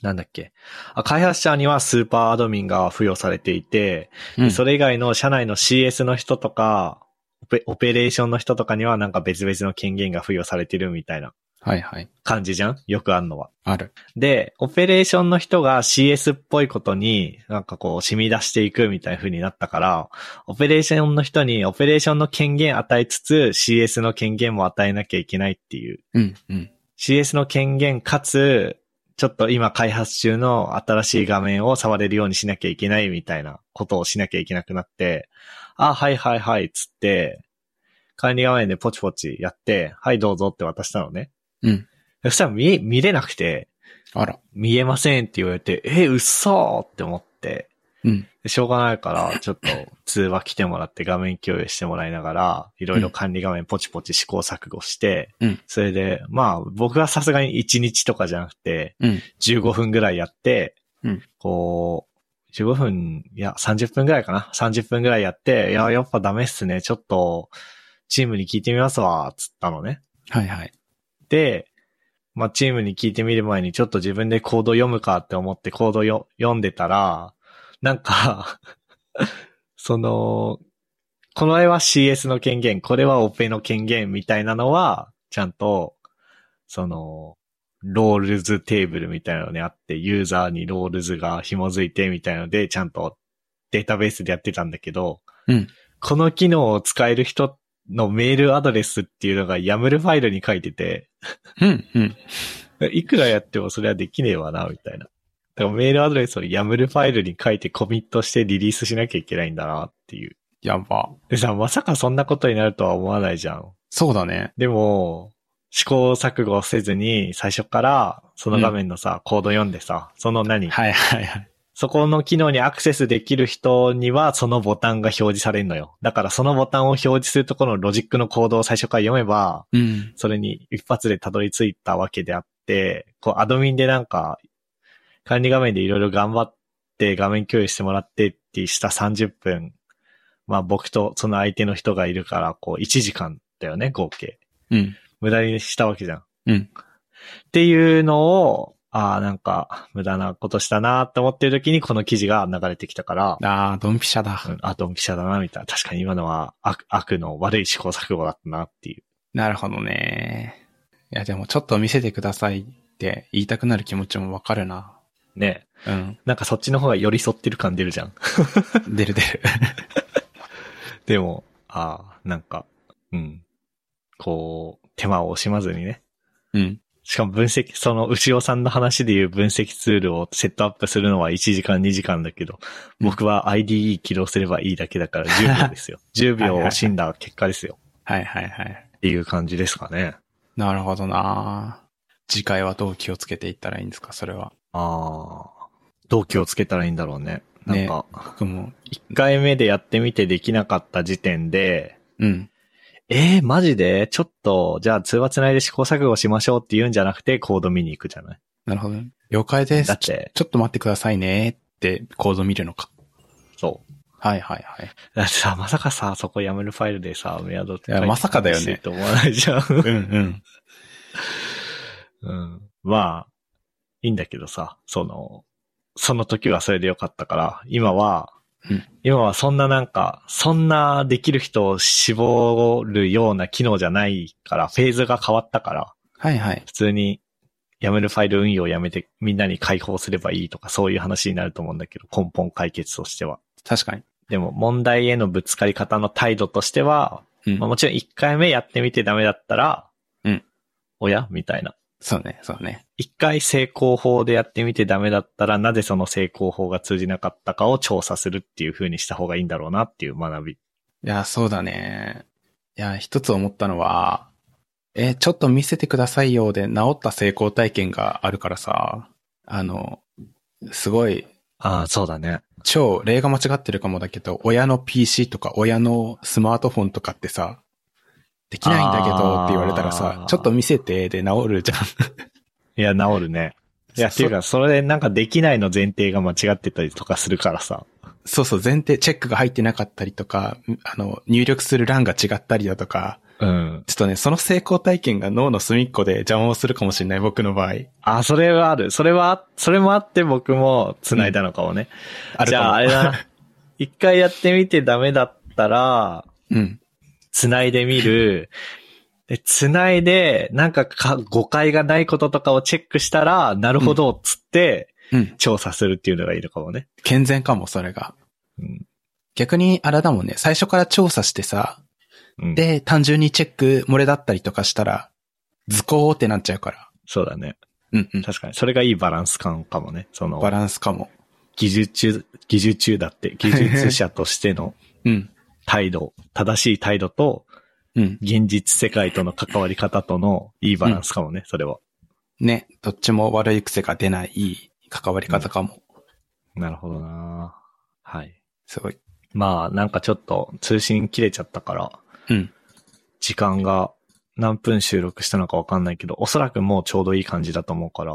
Speaker 2: なんだっけ。あ開発者にはスーパーアドミンが付与されていて、
Speaker 1: うん、
Speaker 2: それ以外の社内の CS の人とか、オペオペレーションの人とかにはなんか別々の権限が付与されてるみたいな
Speaker 1: はいはい。
Speaker 2: 感じじゃんよくあんのは。
Speaker 1: ある。
Speaker 2: で、オペレーションの人が CS っぽいことになんかこう染み出していくみたいな風になったから、オペレーションの人にオペレーションの権限与えつつ CS の権限も与えなきゃいけないっていう。
Speaker 1: うん、うん。
Speaker 2: CS の権限かつ、ちょっと今開発中の新しい画面を触れるようにしなきゃいけないみたいなことをしなきゃいけなくなって、あ、はいはいはいっつって、管理画面でポチポチやって、はいどうぞって渡したのね。
Speaker 1: うん。
Speaker 2: そしたら見、見れなくて、
Speaker 1: あら。
Speaker 2: 見えませんって言われて、え、嘘って思って、
Speaker 1: うん。
Speaker 2: でしょうがないから、ちょっと通話来てもらって画面共有してもらいながら、いろいろ管理画面ポチポチ試行錯誤して、
Speaker 1: うん
Speaker 2: それで、まあ僕はさすがに1日とかじゃなくて、
Speaker 1: うん。
Speaker 2: 15分ぐらいやって、
Speaker 1: うん
Speaker 2: こう、15分、いや、30分ぐらいかな。30分ぐらいやって、いや、やっぱダメっすね。ちょっと、チームに聞いてみますわ、つったのね。
Speaker 1: はいはい。
Speaker 2: で、まあ、チームに聞いてみる前にちょっと自分でコード読むかって思ってコードよ読んでたら、なんか、 [laughs] その、この絵は CS の権限、これはオペの権限みたいなのは、ちゃんと、その、ロールズテーブルみたいなのにあって、ユーザーにロールズが紐づいてみたいので、ちゃんとデータベースでやってたんだけど、
Speaker 1: うん
Speaker 2: この機能を使える人のメールアドレスっていうのが YAML ファイルに書いてて、
Speaker 1: うん、うん。
Speaker 2: いくらやってもそれはできねえわな、みたいな。だからメールアドレスを YAML ファイルに書いてコミットしてリリースしなきゃいけないんだなっていう。
Speaker 1: やば。
Speaker 2: でさ、まさかそんなことになるとは思わないじゃん。
Speaker 1: そうだね。
Speaker 2: でも、試行錯誤せずに最初からその画面のさ、コード読んでさ、その何、
Speaker 1: はいはいはい。
Speaker 2: そこの機能にアクセスできる人にはそのボタンが表示されるのよ。だからそのボタンを表示するところのロジックのコードを最初から読めば、
Speaker 1: うん。
Speaker 2: それに一発でたどり着いたわけであって、こう、アドミンでなんか、管理画面でいろいろ頑張って画面共有してもらってってした30分、まあ僕とその相手の人がいるから、こう、1時間だよね、合計。
Speaker 1: うん。
Speaker 2: 無駄にしたわけじゃん。
Speaker 1: うん。
Speaker 2: っていうのを、ああ、なんか、無駄なことしたなって思ってる時にこの記事が流れてきたから、
Speaker 1: あー、ドンピシャだ。
Speaker 2: うんあ、ドンピシャだな、みたいな。確かに今のは悪悪の悪い試行錯誤だったなっていう。
Speaker 1: なるほどね。いや、でもちょっと見せてくださいって言いたくなる気持ちもわかるな。
Speaker 2: ね。
Speaker 1: うん。
Speaker 2: なんかそっちの方が寄り添ってる感出る
Speaker 1: [laughs]
Speaker 2: じゃん。
Speaker 1: 出る出る。
Speaker 2: でも、ああ、なんか、うん。こう、手間を惜しまずにね。
Speaker 1: うん。
Speaker 2: しかも分析、その、牛尾さんの話でいう分析ツールをセットアップするのは1時間2時間だけど、僕は IDE 起動すればいいだけだから10秒です
Speaker 1: [laughs]
Speaker 2: よ。10秒惜しんだ結果ですよ。
Speaker 1: はいはいはい。
Speaker 2: っていう感じですかね。
Speaker 1: なるほどな。次回はどう気をつけていったらいいんですか、それは。
Speaker 2: ああ、動機をつけたらいいんだろうね。なんか、
Speaker 1: 僕も、い
Speaker 2: 1回目でやってみてできなかった時点で、
Speaker 1: うん。
Speaker 2: ええマジでちょっと、じゃあ通話つないで試行錯誤しましょうって言うんじゃなくて、コード見に行くじゃない
Speaker 1: なるほどね。了解です。
Speaker 2: だって
Speaker 1: ちょちょっと待ってくださいねってコード見るのか。
Speaker 2: そう。
Speaker 1: はいはいはい。
Speaker 2: だってさ、まさかさ、そこ YAML ファイルでさ、メアドって書い
Speaker 1: い
Speaker 2: て
Speaker 1: やまさかだよね
Speaker 2: 楽しいって思わないじゃん。
Speaker 1: [laughs] うんうん。
Speaker 2: うん。まあ、いいんだけどさ、その、その時はそれでよかったから、今は、
Speaker 1: うん
Speaker 2: 今はそんななんか、そんなできる人を絞るような機能じゃないから、フェーズが変わったから、
Speaker 1: はいはい。
Speaker 2: 普通に YAML ファイル運用をやめてみんなに解放すればいいとかそういう話になると思うんだけど、根本解決としては。
Speaker 1: 確かに。
Speaker 2: でも問題へのぶつかり方の態度としては、
Speaker 1: うん
Speaker 2: まあ、もちろん1回目やってみてダメだったら、
Speaker 1: うん。
Speaker 2: おやみたいな。
Speaker 1: そうね、そうね。
Speaker 2: 1回成功法でやってみてダメだったら、なぜその成功法が通じなかったかを調査するっていう風にした方がいいんだろうなっていう学び。
Speaker 1: いや、そうだね。いや、一つ思ったのは、え、ちょっと見せてくださいよで治った成功体験があるからさ、あの、すごい、
Speaker 2: ああ、そうだね。
Speaker 1: 超例が間違ってるかもだけど、親の PC とか親のスマートフォンとかってさ、できないんだけどって言われたらさ
Speaker 2: あー、
Speaker 1: ちょっと見せてで治るじ
Speaker 2: [laughs]
Speaker 1: ゃん。
Speaker 2: いや、治るね。いや、っ
Speaker 1: そ
Speaker 2: ていうか、それでなんかできないの前提が間違ってたりとかするからさ。
Speaker 1: そうそう、前提、チェックが入ってなかったりとか、あの、入力する欄が違ったりだとか、
Speaker 2: うん。
Speaker 1: ちょっとね、その成功体験が脳の隅っこで邪魔をするかもしれない、僕の場合。
Speaker 2: あ、それはある。それは、それもあって僕も繋いだのかもね。
Speaker 1: ある
Speaker 2: じ
Speaker 1: か
Speaker 2: ゃ
Speaker 1: も
Speaker 2: あ、あれだ
Speaker 1: [laughs]
Speaker 2: な。一回やってみてダメだったら、
Speaker 1: うん。
Speaker 2: 繋いでみる。で、繋いで、なんかか誤解がないこととかをチェックしたら、なるほど、つって、
Speaker 1: うん。
Speaker 2: 調査するっていうのがいいのかもね。
Speaker 1: 健全かも、それが。
Speaker 2: うん
Speaker 1: 逆に、あれだもんね、最初から調査してさ、
Speaker 2: うん、
Speaker 1: で、単純にチェック漏れだったりとかしたら、図工ってなっちゃうから。
Speaker 2: そうだね。
Speaker 1: うんうん。
Speaker 2: 確かに。それがいいバランス感かもね。その
Speaker 1: バ、ランスかも。
Speaker 2: 技術中、技術中だって、技術者としての
Speaker 1: うん。
Speaker 2: 態度、正しい態度と、
Speaker 1: うん。
Speaker 2: 現実世界との関わり方とのいいバランスかもね、それは。
Speaker 1: ね、どっちも悪い癖が出ない、いい関わり方かも。
Speaker 2: なるほどなはい。
Speaker 1: すごい。
Speaker 2: まあ、なんかちょっと通信切れちゃったから、
Speaker 1: うん。
Speaker 2: 時間が何分収録したのかわかんないけど、おそらくもうちょうどいい感じだと思うから、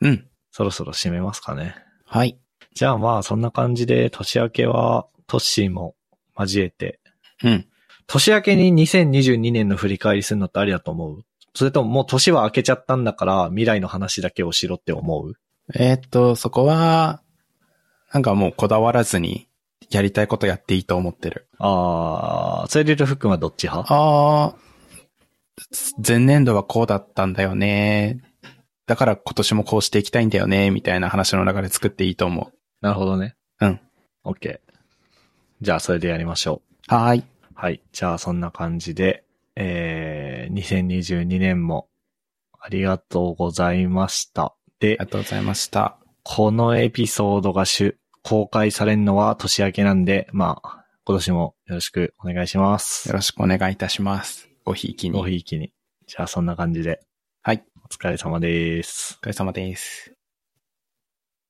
Speaker 1: うん。
Speaker 2: そろそろ締めますかね。
Speaker 1: はい。
Speaker 2: じゃあまあ、そんな感じで、年明けは、トッシーも交えて、
Speaker 1: うん。
Speaker 2: 年明けに2022年の振り返りするのってありだと思うそれとももう年は明けちゃったんだから、未来の話だけをしろって思う
Speaker 1: えーっと、そこは、なんかもうこだわらずに、やりたいことやっていいと思ってる。
Speaker 2: あー、それで言うとふっくんはどっち派
Speaker 1: ああ、前年度はこうだったんだよね。だから今年もこうしていきたいんだよね、みたいな話の流れ作っていいと思
Speaker 2: なるほどね。
Speaker 1: うん。
Speaker 2: OK。じゃあ、それでやりましょ
Speaker 1: う。
Speaker 2: う。
Speaker 1: はーい。
Speaker 2: はい。じゃあ、そんな感じで、えー、2022年もありがとうございました。で
Speaker 1: ありが、とうございました。
Speaker 2: このエピソードがしゅ公開されるのは年明けなんで、まあ、今年もよろしくお願いしま
Speaker 1: よ
Speaker 2: す。
Speaker 1: ろしくお願いいたします。ごひいきに。
Speaker 2: ごひいきに。じゃあ、そんな感じで。
Speaker 1: はい。
Speaker 2: お疲れ様です。
Speaker 1: お疲れ様です。